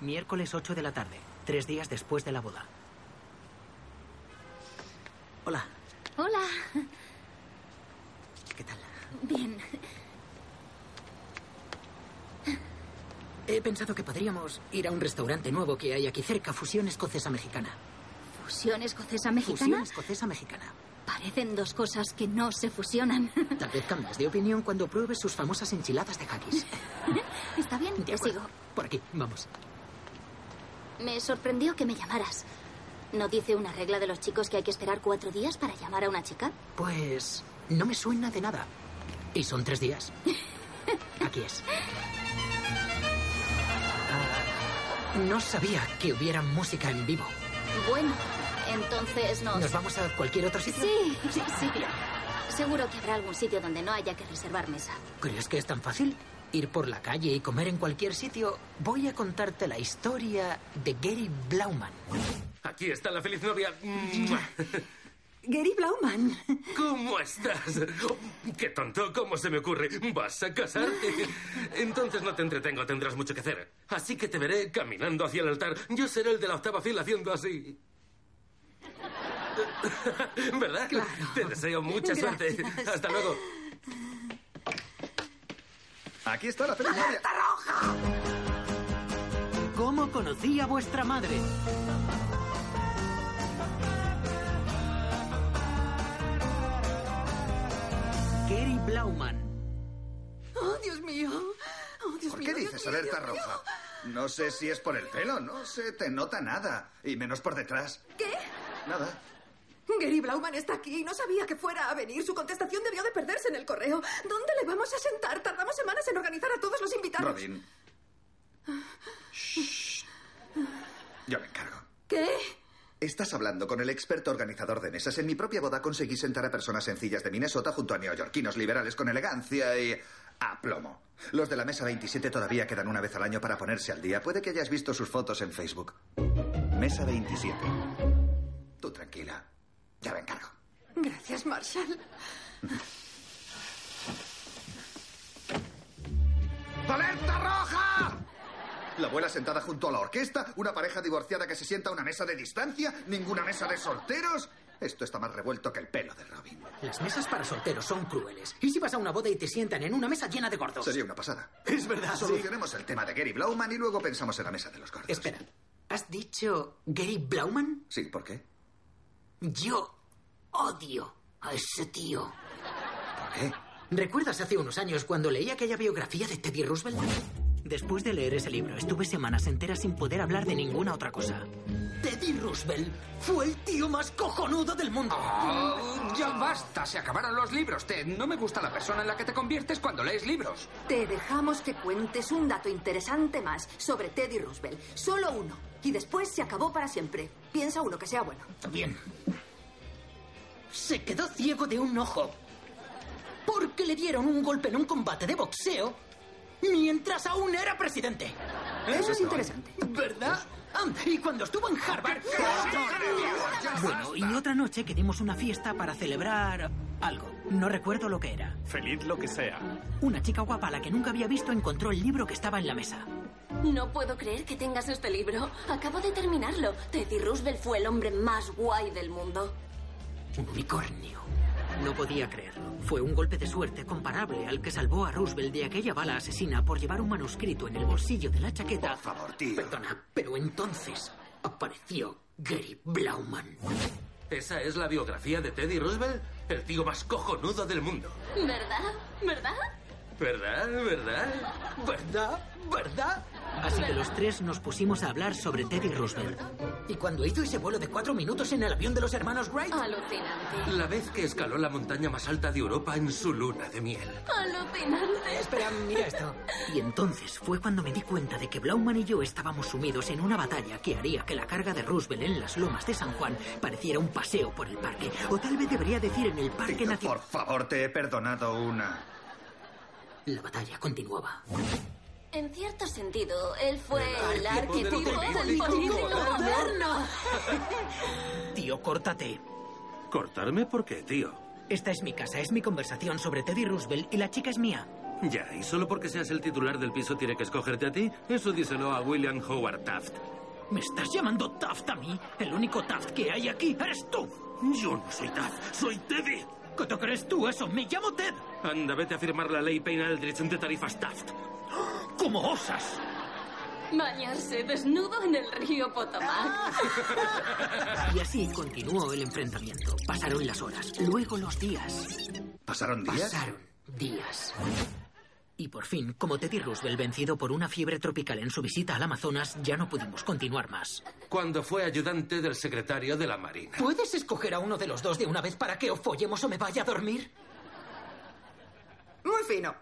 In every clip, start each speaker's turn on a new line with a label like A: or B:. A: Miércoles 8 de la tarde, tres días después de la boda. Hola,
B: Hola.
A: ¿qué tal?
B: Bien.
A: He pensado que podríamos ir a un restaurante nuevo que hay aquí cerca, fusión escocesa-mexicana.
B: ¿Fusión
A: Fusión
B: escocesa-mexicana?
A: escocesa-mexicana.
B: Parecen dos cosas que no se fusionan.
A: Tal vez cambies de opinión cuando pruebes sus famosas enchiladas de haggis.
B: Está bien,
A: De
B: te
A: acuerdo.
B: sigo.
A: Por aquí, vamos.
B: Me sorprendió que me llamaras. ¿No dice una regla de los chicos que hay que esperar cuatro días para llamar a una chica?
A: Pues no me suena de nada. Y son tres días. Aquí es. Ah, No sabía que hubiera música en vivo.
B: Bueno, entonces nos...
A: ¿Nos vamos a cualquier otro sitio?
B: Sí, sí, sí. Seguro que habrá algún sitio donde no haya que reservar mesa.
A: ¿Crees que es tan fácil? Ir por la calle y comer en cualquier sitio. Voy a contarte la historia de Gary Blauman.
C: Aquí está la feliz novia. Mm,
D: Gary Blauman.
C: ¿Cómo estás? Qué tonto, ¿cómo se me ocurre? ¿Vas a casarte? Entonces no te entretengo, tendrás mucho que hacer. Así que te veré caminando hacia el altar. Yo seré el de la octava fila haciendo así. ¿Verdad? Te deseo mucha suerte. Hasta luego.
E: Aquí está la feliz novia.
A: ¿Cómo conocí a vuestra madre? Gary Blauman.
D: Oh, Dios mío. Oh, Dios
E: ¿Por
D: mío,
E: qué
D: Dios
E: dices
D: mío,
E: alerta
D: Dios mío.
E: roja? No sé si es por el pelo, no se te nota nada. Y menos por detrás.
D: ¿Qué?
E: Nada.
D: Gary Blauman está aquí. No sabía que fuera a venir. Su contestación debió de perderse en el correo. ¿Dónde le vamos a sentar? Tardamos semanas en organizar a todos los invitados.
E: Robin. Shh. Yo me encargo.
D: ¿Qué?
E: Estás hablando con el experto organizador de mesas. En mi propia boda conseguí sentar a personas sencillas de Minnesota junto a neoyorquinos liberales con elegancia y a plomo. Los de la mesa 27 todavía quedan una vez al año para ponerse al día. Puede que hayas visto sus fotos en Facebook. Mesa 27. Tú tranquila. Ya me encargo.
D: Gracias, Marshall.
E: ¡Alerta roja! La abuela sentada junto a la orquesta, una pareja divorciada que se sienta a una mesa de distancia, ninguna mesa de solteros. Esto está más revuelto que el pelo de Robin.
A: Las mesas para solteros son crueles. ¿Y si vas a una boda y te sientan en una mesa llena de gordos?
E: Sería una pasada.
A: Es verdad.
E: Solucionemos el tema de Gary Blauman y luego pensamos en la mesa de los gordos.
A: Espera. ¿Has dicho Gary Blauman?
E: Sí, ¿por qué?
A: Yo odio a ese tío.
E: ¿Por qué?
A: ¿Recuerdas hace unos años cuando leí aquella biografía de Teddy Roosevelt? Después de leer ese libro, estuve semanas enteras sin poder hablar de ninguna otra cosa. Teddy Roosevelt fue el tío más cojonudo del mundo.
F: Oh, ya basta, se acabaron los libros, Ted. No me gusta la persona en la que te conviertes cuando lees libros.
D: Te dejamos que cuentes un dato interesante más sobre Teddy Roosevelt. Solo uno. Y después se acabó para siempre. Piensa uno que sea bueno.
A: Bien. Se quedó ciego de un ojo. Porque le dieron un golpe en un combate de boxeo mientras aún era presidente.
D: Eso es interesante.
A: ¿Verdad? Ah, Y cuando estuvo en Harvard... Bueno, y otra noche que dimos una fiesta para celebrar algo. No recuerdo lo que era.
G: Feliz lo que sea.
A: Una chica guapa a la que nunca había visto encontró el libro que estaba en la mesa.
B: No puedo creer que tengas este libro. Acabo de terminarlo. Teddy Roosevelt fue el hombre más guay del mundo.
A: Un unicornio. No podía creerlo. Fue un golpe de suerte comparable al que salvó a Roosevelt de aquella bala asesina por llevar un manuscrito en el bolsillo de la chaqueta.
E: Por favor, tío.
A: Perdona, pero entonces apareció Gary Blauman.
C: ¿Esa es la biografía de Teddy Roosevelt? El tío más cojonudo del mundo.
B: ¿Verdad? ¿Verdad?
C: ¿Verdad? ¿Verdad?
A: ¿Verdad? ¿Verdad? Así que los tres nos pusimos a hablar sobre Teddy Roosevelt. Y cuando hizo ese vuelo de cuatro minutos en el avión de los hermanos Wright,
B: Alucinante.
C: La vez que escaló la montaña más alta de Europa en su luna de miel.
B: Alucinante.
A: Espera, mira esto. Y entonces fue cuando me di cuenta de que Blauman y yo estábamos sumidos en una batalla que haría que la carga de Roosevelt en las lomas de San Juan pareciera un paseo por el parque. O tal vez debería decir en el parque
E: Tito,
A: nacional.
E: por favor, te he perdonado una.
A: La batalla continuaba.
B: En cierto sentido, él fue el
C: arquetipo
B: arquetipo
C: del
B: del político moderno.
A: Tío, córtate.
C: ¿Cortarme por qué, tío?
A: Esta es mi casa, es mi conversación sobre Teddy Roosevelt y la chica es mía.
C: Ya, y solo porque seas el titular del piso tiene que escogerte a ti. Eso díselo a William Howard Taft.
A: ¿Me estás llamando Taft a mí? El único Taft que hay aquí eres tú.
C: Yo no soy Taft, soy Teddy.
A: ¿Qué te crees tú eso? Me llamo Ted.
C: Anda, vete a firmar la ley Payne Aldrich de tarifas Taft.
A: ¿Cómo osas?
G: Bañarse desnudo en el río Potomac.
A: Y así continuó el enfrentamiento. Pasaron las horas, luego los días.
E: ¿Pasaron días?
A: Pasaron días. Y por fin, como Teddy Roosevelt vencido por una fiebre tropical en su visita al Amazonas, ya no pudimos continuar más.
C: Cuando fue ayudante del secretario de la Marina.
A: ¿Puedes escoger a uno de los dos de una vez para que o follemos o me vaya a dormir?
D: Muy fino.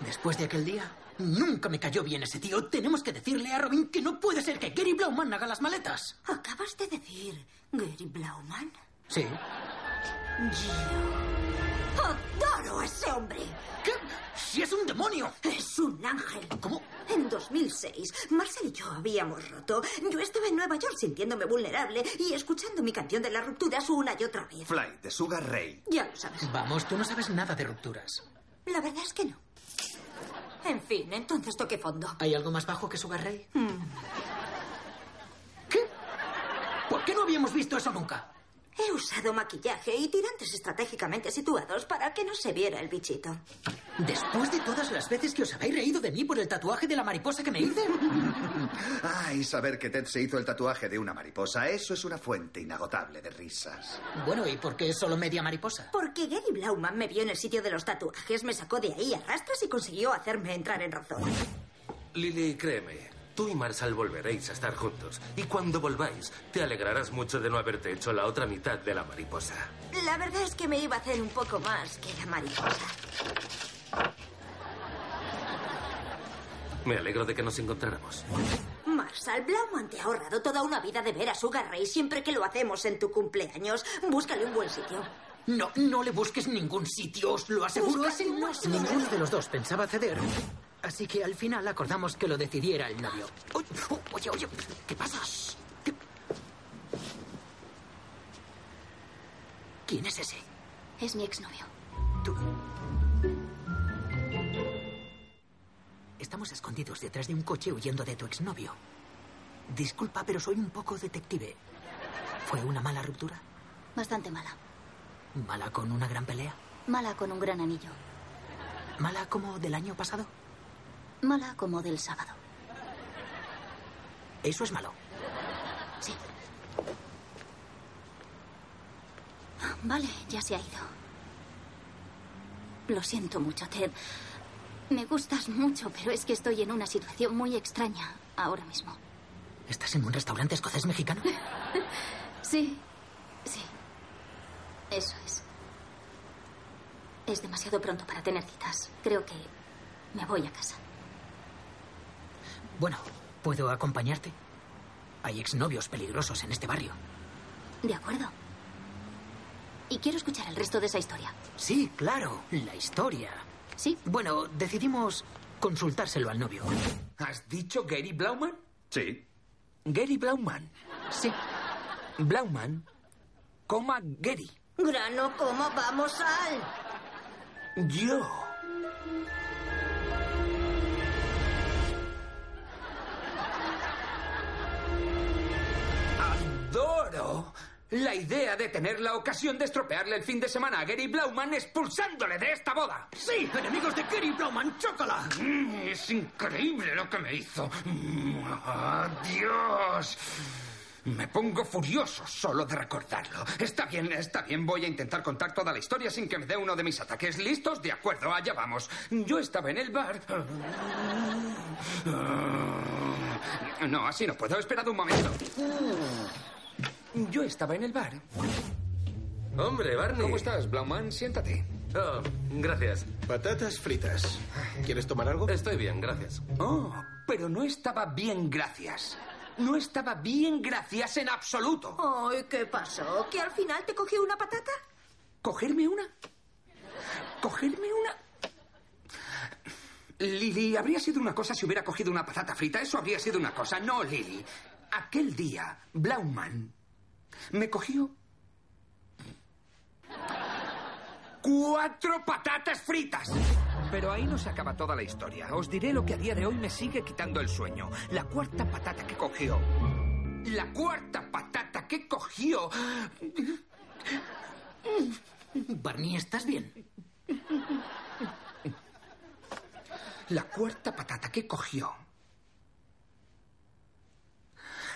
A: Después de aquel día, nunca me cayó bien ese tío. Tenemos que decirle a Robin que no puede ser que Gary Blauman haga las maletas.
G: Acabas de decir Gary Blauman.
A: Sí.
G: Adoro a ese hombre.
A: ¿Qué? ¡Si es un demonio!
G: Es un ángel.
A: ¿Cómo?
G: En 2006, Marcel y yo habíamos roto. Yo estaba en Nueva York sintiéndome vulnerable y escuchando mi canción de las rupturas una y otra vez.
E: Fly, de Sugar Ray.
G: Ya lo sabes.
A: Vamos, tú no sabes nada de rupturas.
G: La verdad es que no. En fin, entonces toqué fondo.
A: ¿Hay algo más bajo que Sugar Ray? ¿Qué? ¿Por qué no habíamos visto eso nunca?
G: He usado maquillaje y tirantes estratégicamente situados para que no se viera el bichito.
A: Después de todas las veces que os habéis reído de mí por el tatuaje de la mariposa que me hice.
E: Ay, saber que Ted se hizo el tatuaje de una mariposa, eso es una fuente inagotable de risas.
A: Bueno, ¿y por qué es solo media mariposa?
G: Porque Gary Blauman me vio en el sitio de los tatuajes, me sacó de ahí a rastras y consiguió hacerme entrar en razón.
C: Lily, créeme, tú y Marshall volveréis a estar juntos. Y cuando volváis, te alegrarás mucho de no haberte hecho la otra mitad de la mariposa.
G: La verdad es que me iba a hacer un poco más que la mariposa.
C: Me alegro de que nos encontráramos.
G: Marshall, Blauman te ha ahorrado toda una vida de ver a Sugar Ray siempre que lo hacemos en tu cumpleaños. Búscale un buen sitio.
A: No, no le busques ningún sitio, os lo aseguro.
G: Busca-
A: Ese no es ninguno de los dos pensaba ceder. Así que al final acordamos que lo decidiera el novio. Oye, oye, oye, ¿qué pasa? Shh, ¿qué- ¿Quién es ese?
B: Es mi exnovio.
A: Tú. Estamos escondidos detrás de un coche huyendo de tu exnovio. Disculpa, pero soy un poco detective. ¿Fue una mala ruptura?
B: Bastante mala.
A: ¿Mala con una gran pelea?
B: Mala con un gran anillo.
A: ¿Mala como del año pasado?
B: Mala como del sábado.
A: Eso es malo.
B: Sí. Ah, Vale, ya se ha ido. Lo siento mucho, Ted. Me gustas mucho, pero es que estoy en una situación muy extraña ahora mismo.
A: ¿Estás en un restaurante escocés mexicano?
B: Sí, sí. Eso es. Es demasiado pronto para tener citas. Creo que me voy a casa.
A: Bueno, ¿puedo acompañarte? Hay exnovios peligrosos en este barrio.
B: De acuerdo. Y quiero escuchar el resto de esa historia.
A: Sí, claro, la historia.
B: ¿Sí?
A: Bueno, decidimos consultárselo al novio.
H: ¿Has dicho Gary Blauman?
E: Sí.
H: Gary Blauman. Sí. Blauman, coma Gary.
G: Grano, ¿cómo vamos al?
H: Yo.
F: Adoro la idea de tener la ocasión de estropearle el fin de semana a Gary Blauman expulsándole de esta boda. Mm,
A: Sí, enemigos de Kerry Blauman, chócala.
H: Es increíble lo que me hizo. ¡Adiós! Me pongo furioso solo de recordarlo. Está bien, está bien. Voy a intentar contar toda la historia sin que me dé uno de mis ataques. ¿Listos? De acuerdo, allá vamos. Yo estaba en el bar. No, así no puedo. Esperad un momento. Yo estaba en el bar.
C: Hombre, Barney.
H: ¿Cómo estás, Blauman? Siéntate.
C: Oh, gracias.
I: Patatas fritas. ¿Quieres tomar algo?
C: Estoy bien, gracias.
H: Oh, pero no estaba bien, gracias. No estaba bien, gracias en absoluto.
G: Ay, ¿qué pasó? ¿Que al final te cogió una patata?
H: ¿Cogerme una? ¿Cogerme una? Lily, habría sido una cosa si hubiera cogido una patata frita. Eso habría sido una cosa. No, Lily. Aquel día, Blauman me cogió. ¡Cuatro patatas fritas! Pero ahí no se acaba toda la historia. Os diré lo que a día de hoy me sigue quitando el sueño. La cuarta patata que cogió. La cuarta patata que cogió.
A: Barney, ¿estás bien?
H: La cuarta patata que cogió.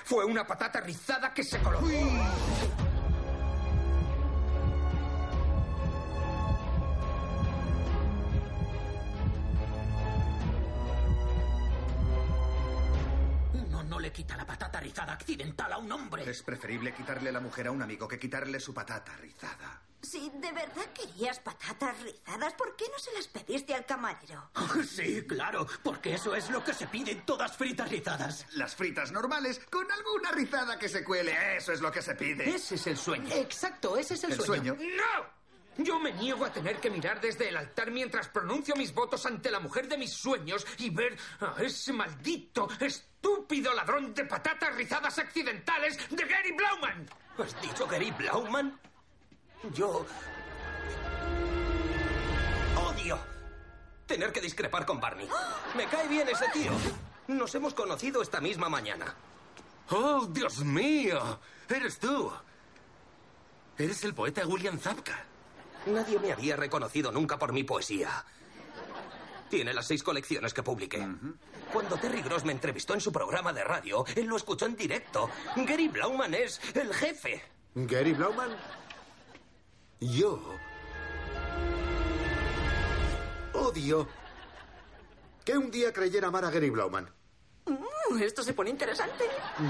H: Fue una patata rizada que se coló.
A: Uno no le quita la patata rizada accidental a un hombre.
E: Es preferible quitarle la mujer a un amigo que quitarle su patata rizada.
G: Si de verdad querías patatas rizadas, ¿por qué no se las pediste al camarero?
A: Sí, claro, porque eso es lo que se pide en todas fritas rizadas.
E: Las fritas normales con alguna rizada que se cuele. Eso es lo que se pide.
H: Ese es el sueño.
A: Exacto, ese es el,
E: El sueño.
H: ¡No! Yo me niego a tener que mirar desde el altar mientras pronuncio mis votos ante la mujer de mis sueños y ver a ese maldito, estúpido ladrón de patatas rizadas accidentales de Gary Blauman.
C: ¿Has dicho Gary Blauman? Yo. Odio tener que discrepar con Barney. Me cae bien ese tío. Nos hemos conocido esta misma mañana.
J: ¡Oh, Dios mío! ¡Eres tú! Eres el poeta William Zapka.
C: Nadie me había reconocido nunca por mi poesía. Tiene las seis colecciones que publiqué. Cuando Terry Gross me entrevistó en su programa de radio, él lo escuchó en directo. Gary Blauman es el jefe.
I: ¿Gary Blauman? Yo. Odio. Que un día creyera amar a Gary Blauman.
K: Mm, esto se pone interesante.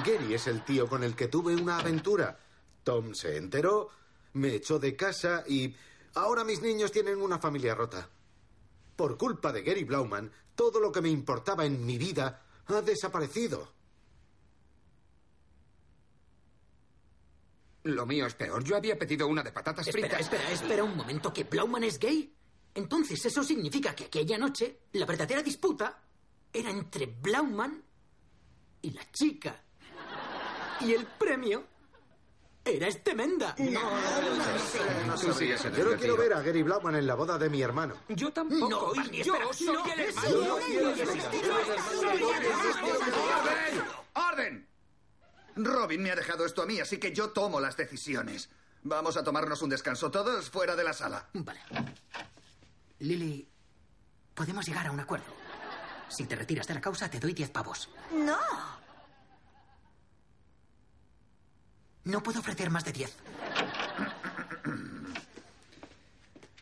I: Gary es el tío con el que tuve una aventura. Tom se enteró, me echó de casa y ahora mis niños tienen una familia rota. Por culpa de Gary Blauman, todo lo que me importaba en mi vida ha desaparecido.
H: Lo mío es peor. Yo había pedido una de patatas
A: Espera,
H: fritas.
A: espera, espera un momento, ¿que Plauman es gay? Entonces eso significa que aquella noche la verdadera disputa era entre Blauman y la chica. Y el premio era Estemenda.
E: Sí, ese
I: Yo no
E: desgraciado.
I: quiero ver a Gary Blauman en la boda de mi hermano.
H: Yo tampoco.
A: No,
H: y
A: Barney,
H: yo
A: espera,
H: soy
A: no,
H: el
A: eso
H: hermano.
A: no es
E: ¡Orden! ¡Orden! Robin me ha dejado esto a mí, así que yo tomo las decisiones. Vamos a tomarnos un descanso todos fuera de la sala.
A: Vale. Lily, podemos llegar a un acuerdo. Si te retiras de la causa, te doy 10 pavos.
G: No.
A: No puedo ofrecer más de 10.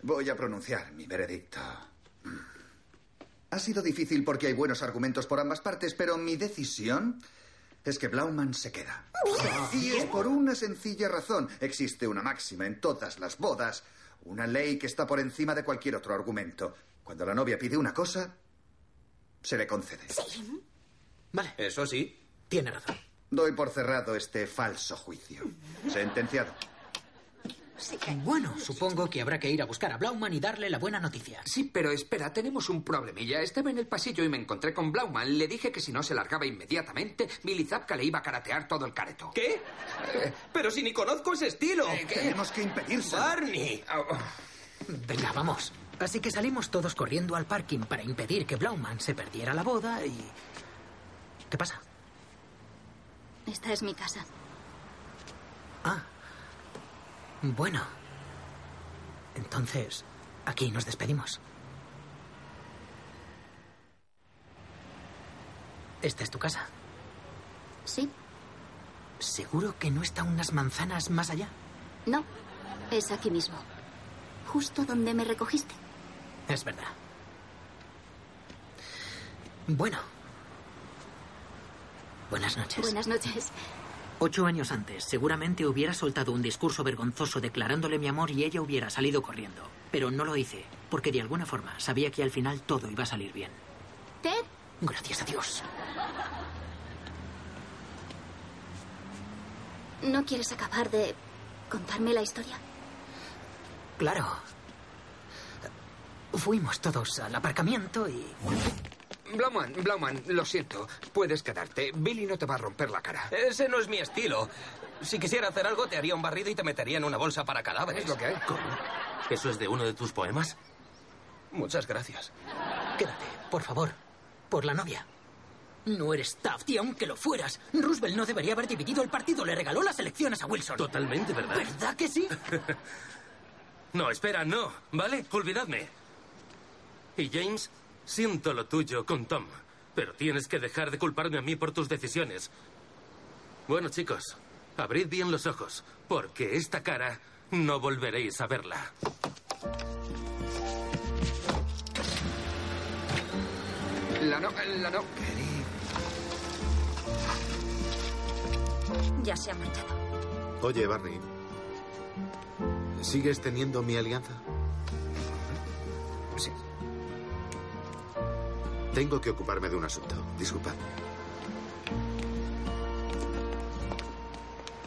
E: Voy a pronunciar mi veredicto. Mm. Ha sido difícil porque hay buenos argumentos por ambas partes, pero mi decisión es que Blauman se queda. Y es por una sencilla razón. Existe una máxima en todas las bodas, una ley que está por encima de cualquier otro argumento. Cuando la novia pide una cosa, se le concede.
A: Vale,
C: Eso sí.
A: tiene razón.
E: Doy por cerrado este falso juicio. Sentenciado.
A: Bueno, supongo que habrá que ir a buscar a Blauman y darle la buena noticia.
H: Sí, pero espera, tenemos un problemilla. Estaba en el pasillo y me encontré con Blauman. Le dije que si no se largaba inmediatamente, Billy Zapka le iba a caratear todo el careto. eh,
C: ¿Qué? Eh, Pero si ni conozco ese estilo.
E: Tenemos que impedirse.
C: Barney.
H: Au, au.
A: Venga, vamos. Así que salimos todos corriendo al parking para impedir que Blauman se perdiera la boda y... ¿Qué pasa?
B: Esta es mi casa.
A: Ah. Bueno. Entonces, aquí nos despedimos. Esta es tu casa.
B: ¿Sí?
A: ¿Seguro que no está unas manzanas más allá?
B: No. Es aquí mismo. Justo donde me recogiste.
A: Es verdad. Bueno. Buenas noches.
B: Buenas noches.
A: Ocho años antes, seguramente hubiera soltado un discurso vergonzoso declarándole mi amor y ella hubiera salido corriendo. Pero no lo hice, porque de alguna forma sabía que al final todo iba a salir bien.
B: Ted,
A: Gracias a Dios.
B: ¿no quieres acabar de contarme la historia?
A: Claro. Fuimos todos al aparcamiento y...
H: Blauman, Blauman, lo siento. Puedes quedarte. Billy no te va a romper la cara.
C: Ese no es mi estilo. Si quisiera hacer algo, te haría un barrido y te metería en una bolsa para cadáveres.
H: Es lo que hay.
J: ¿Eso es de uno de tus poemas?
H: Muchas gracias.
A: Quédate, por favor. Por la novia. No eres Taft y aunque lo fueras, Roosevelt no debería haber dividido el partido. Le regaló las elecciones a Wilson.
C: Totalmente, ¿verdad?
A: ¿Verdad que sí?
C: No, espera, no, ¿vale? Olvidadme. Y James, siento lo tuyo con Tom, pero tienes que dejar de culparme a mí por tus decisiones. Bueno, chicos, abrid bien los ojos, porque esta cara no volveréis a verla.
F: La no, la no.
G: Ya se ha marchado.
I: Oye, Barney. ¿Sigues teniendo mi alianza?
E: Sí.
I: Tengo que ocuparme de un asunto. Disculpad.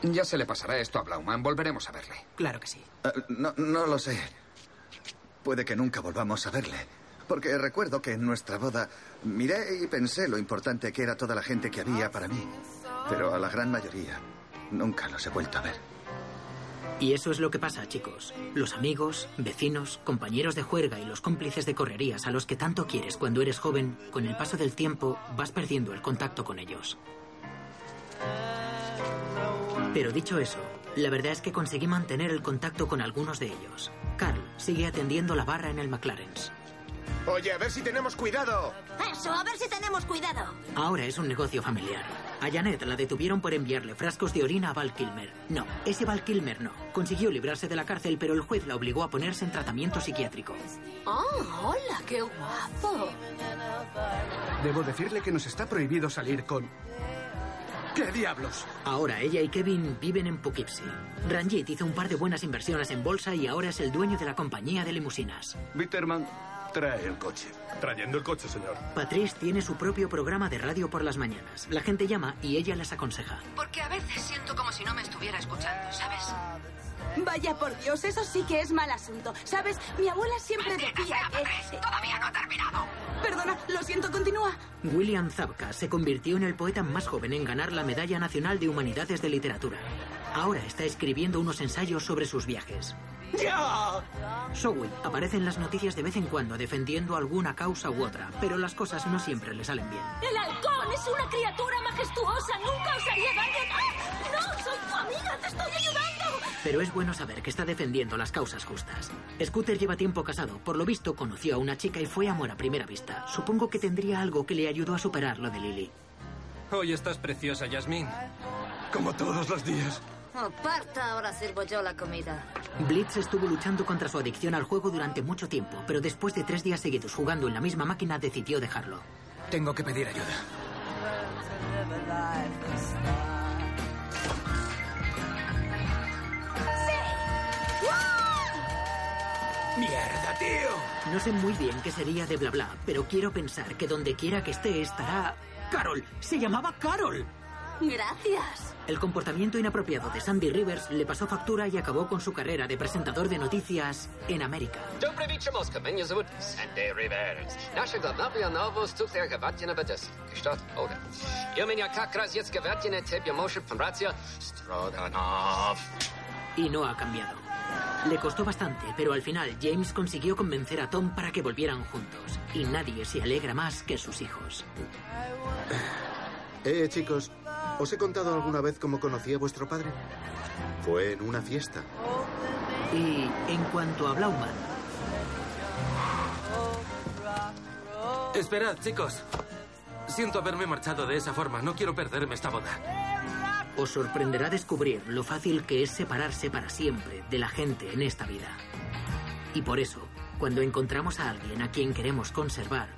F: Ya se le pasará esto a Blauman. Volveremos a verle.
A: Claro que sí.
E: Eh, no, no lo sé. Puede que nunca volvamos a verle. Porque recuerdo que en nuestra boda miré y pensé lo importante que era toda la gente que había para mí. Pero a la gran mayoría nunca los he vuelto a ver.
A: Y eso es lo que pasa, chicos. Los amigos, vecinos, compañeros de juerga y los cómplices de correrías a los que tanto quieres cuando eres joven, con el paso del tiempo vas perdiendo el contacto con ellos. Pero dicho eso, la verdad es que conseguí mantener el contacto con algunos de ellos. Carl sigue atendiendo la barra en el McLaren's.
L: Oye, a ver si tenemos cuidado.
G: Eso, a ver si tenemos cuidado.
A: Ahora es un negocio familiar. A Janet la detuvieron por enviarle frascos de orina a Val Kilmer. No, ese Val Kilmer no. Consiguió librarse de la cárcel, pero el juez la obligó a ponerse en tratamiento psiquiátrico.
M: Oh, hola, qué guapo.
L: Debo decirle que nos está prohibido salir con... ¿Qué diablos?
A: Ahora ella y Kevin viven en Poughkeepsie. Ranjit hizo un par de buenas inversiones en bolsa y ahora es el dueño de la compañía de limusinas.
L: Bitterman, trae el coche.
N: Trayendo el coche, señor.
A: Patrice tiene su propio programa de radio por las mañanas. La gente llama y ella les aconseja.
M: Porque a veces siento como si no me estuviera escuchando, ¿sabes?
O: Vaya por Dios, eso sí que es mal asunto. ¿Sabes? Mi abuela siempre
M: Maldita
O: decía
M: sea,
O: que.
G: eh,
M: Patrice, todavía no ha terminado.
O: Perdona, lo siento, continúa.
A: William Zabka se convirtió en el poeta más joven en ganar la Medalla Nacional de Humanidades de Literatura. Ahora está escribiendo unos ensayos sobre sus viajes.
L: ¡Ya!
A: Sowell aparece en las noticias de vez en cuando defendiendo alguna causa u otra, pero las cosas no siempre le salen bien.
O: El halcón es una criatura majestuosa. Nunca os haría daño. ¡Ah! ¡No! ¡Soy tu amiga! ¡Te estoy ayudando!
A: Pero es bueno saber que está defendiendo las causas justas. Scooter lleva tiempo casado, por lo visto conoció a una chica y fue amor a primera vista. Supongo que tendría algo que le ayudó a superar lo de Lily.
C: Hoy estás preciosa, Yasmin.
N: Como todos los días.
P: Aparta, ahora sirvo yo la comida.
A: Blitz estuvo luchando contra su adicción al juego durante mucho tiempo, pero después de tres días seguidos jugando en la misma máquina decidió dejarlo.
F: Tengo que pedir ayuda. ¡Mierda, tío!
A: No sé muy bien qué sería de bla bla, pero quiero pensar que donde quiera que esté estará... Carol, se llamaba Carol.
M: Gracias.
A: El comportamiento inapropiado de Sandy Rivers le pasó factura y acabó con su carrera de presentador de noticias en América.
Q: Dobry wieczór, Moskwa, mnie zwołano Sandy Rivers. Nasza główna plana wstucja gawatina będzie gestart, oder? Ja mnie jak raz jetzt gawatina tebie może pomracja Stroganoff.
A: Y no ha cambiado. Le costó bastante, pero al final James consiguió convencer a Tom para que volvieran juntos. Y nadie se alegra más que sus hijos.
I: Eh, chicos, ¿os he contado alguna vez cómo conocí a vuestro padre? Fue en una fiesta.
A: Y en cuanto a Blauman,
C: Esperad, chicos. Siento haberme marchado de esa forma. No quiero perderme esta boda.
A: os sorprenderá descubrir lo fácil que es separarse para siempre de la gente en esta vida. Y por eso, cuando encontramos a alguien a quien queremos conservar,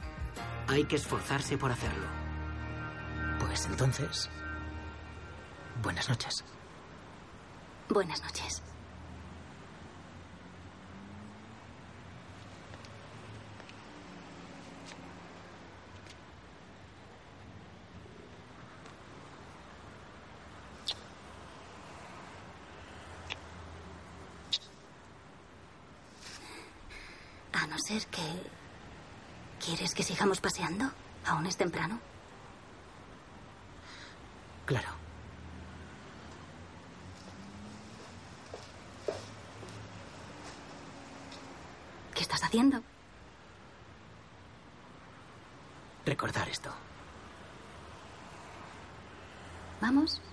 A: hay que esforzarse por hacerlo. Pues entonces, buenas noches.
B: Buenas noches. A no ser que... ¿Quieres que sigamos paseando? Aún es temprano.
A: Claro.
B: ¿Qué estás haciendo?
A: recordar esto.
B: ¿Vamos?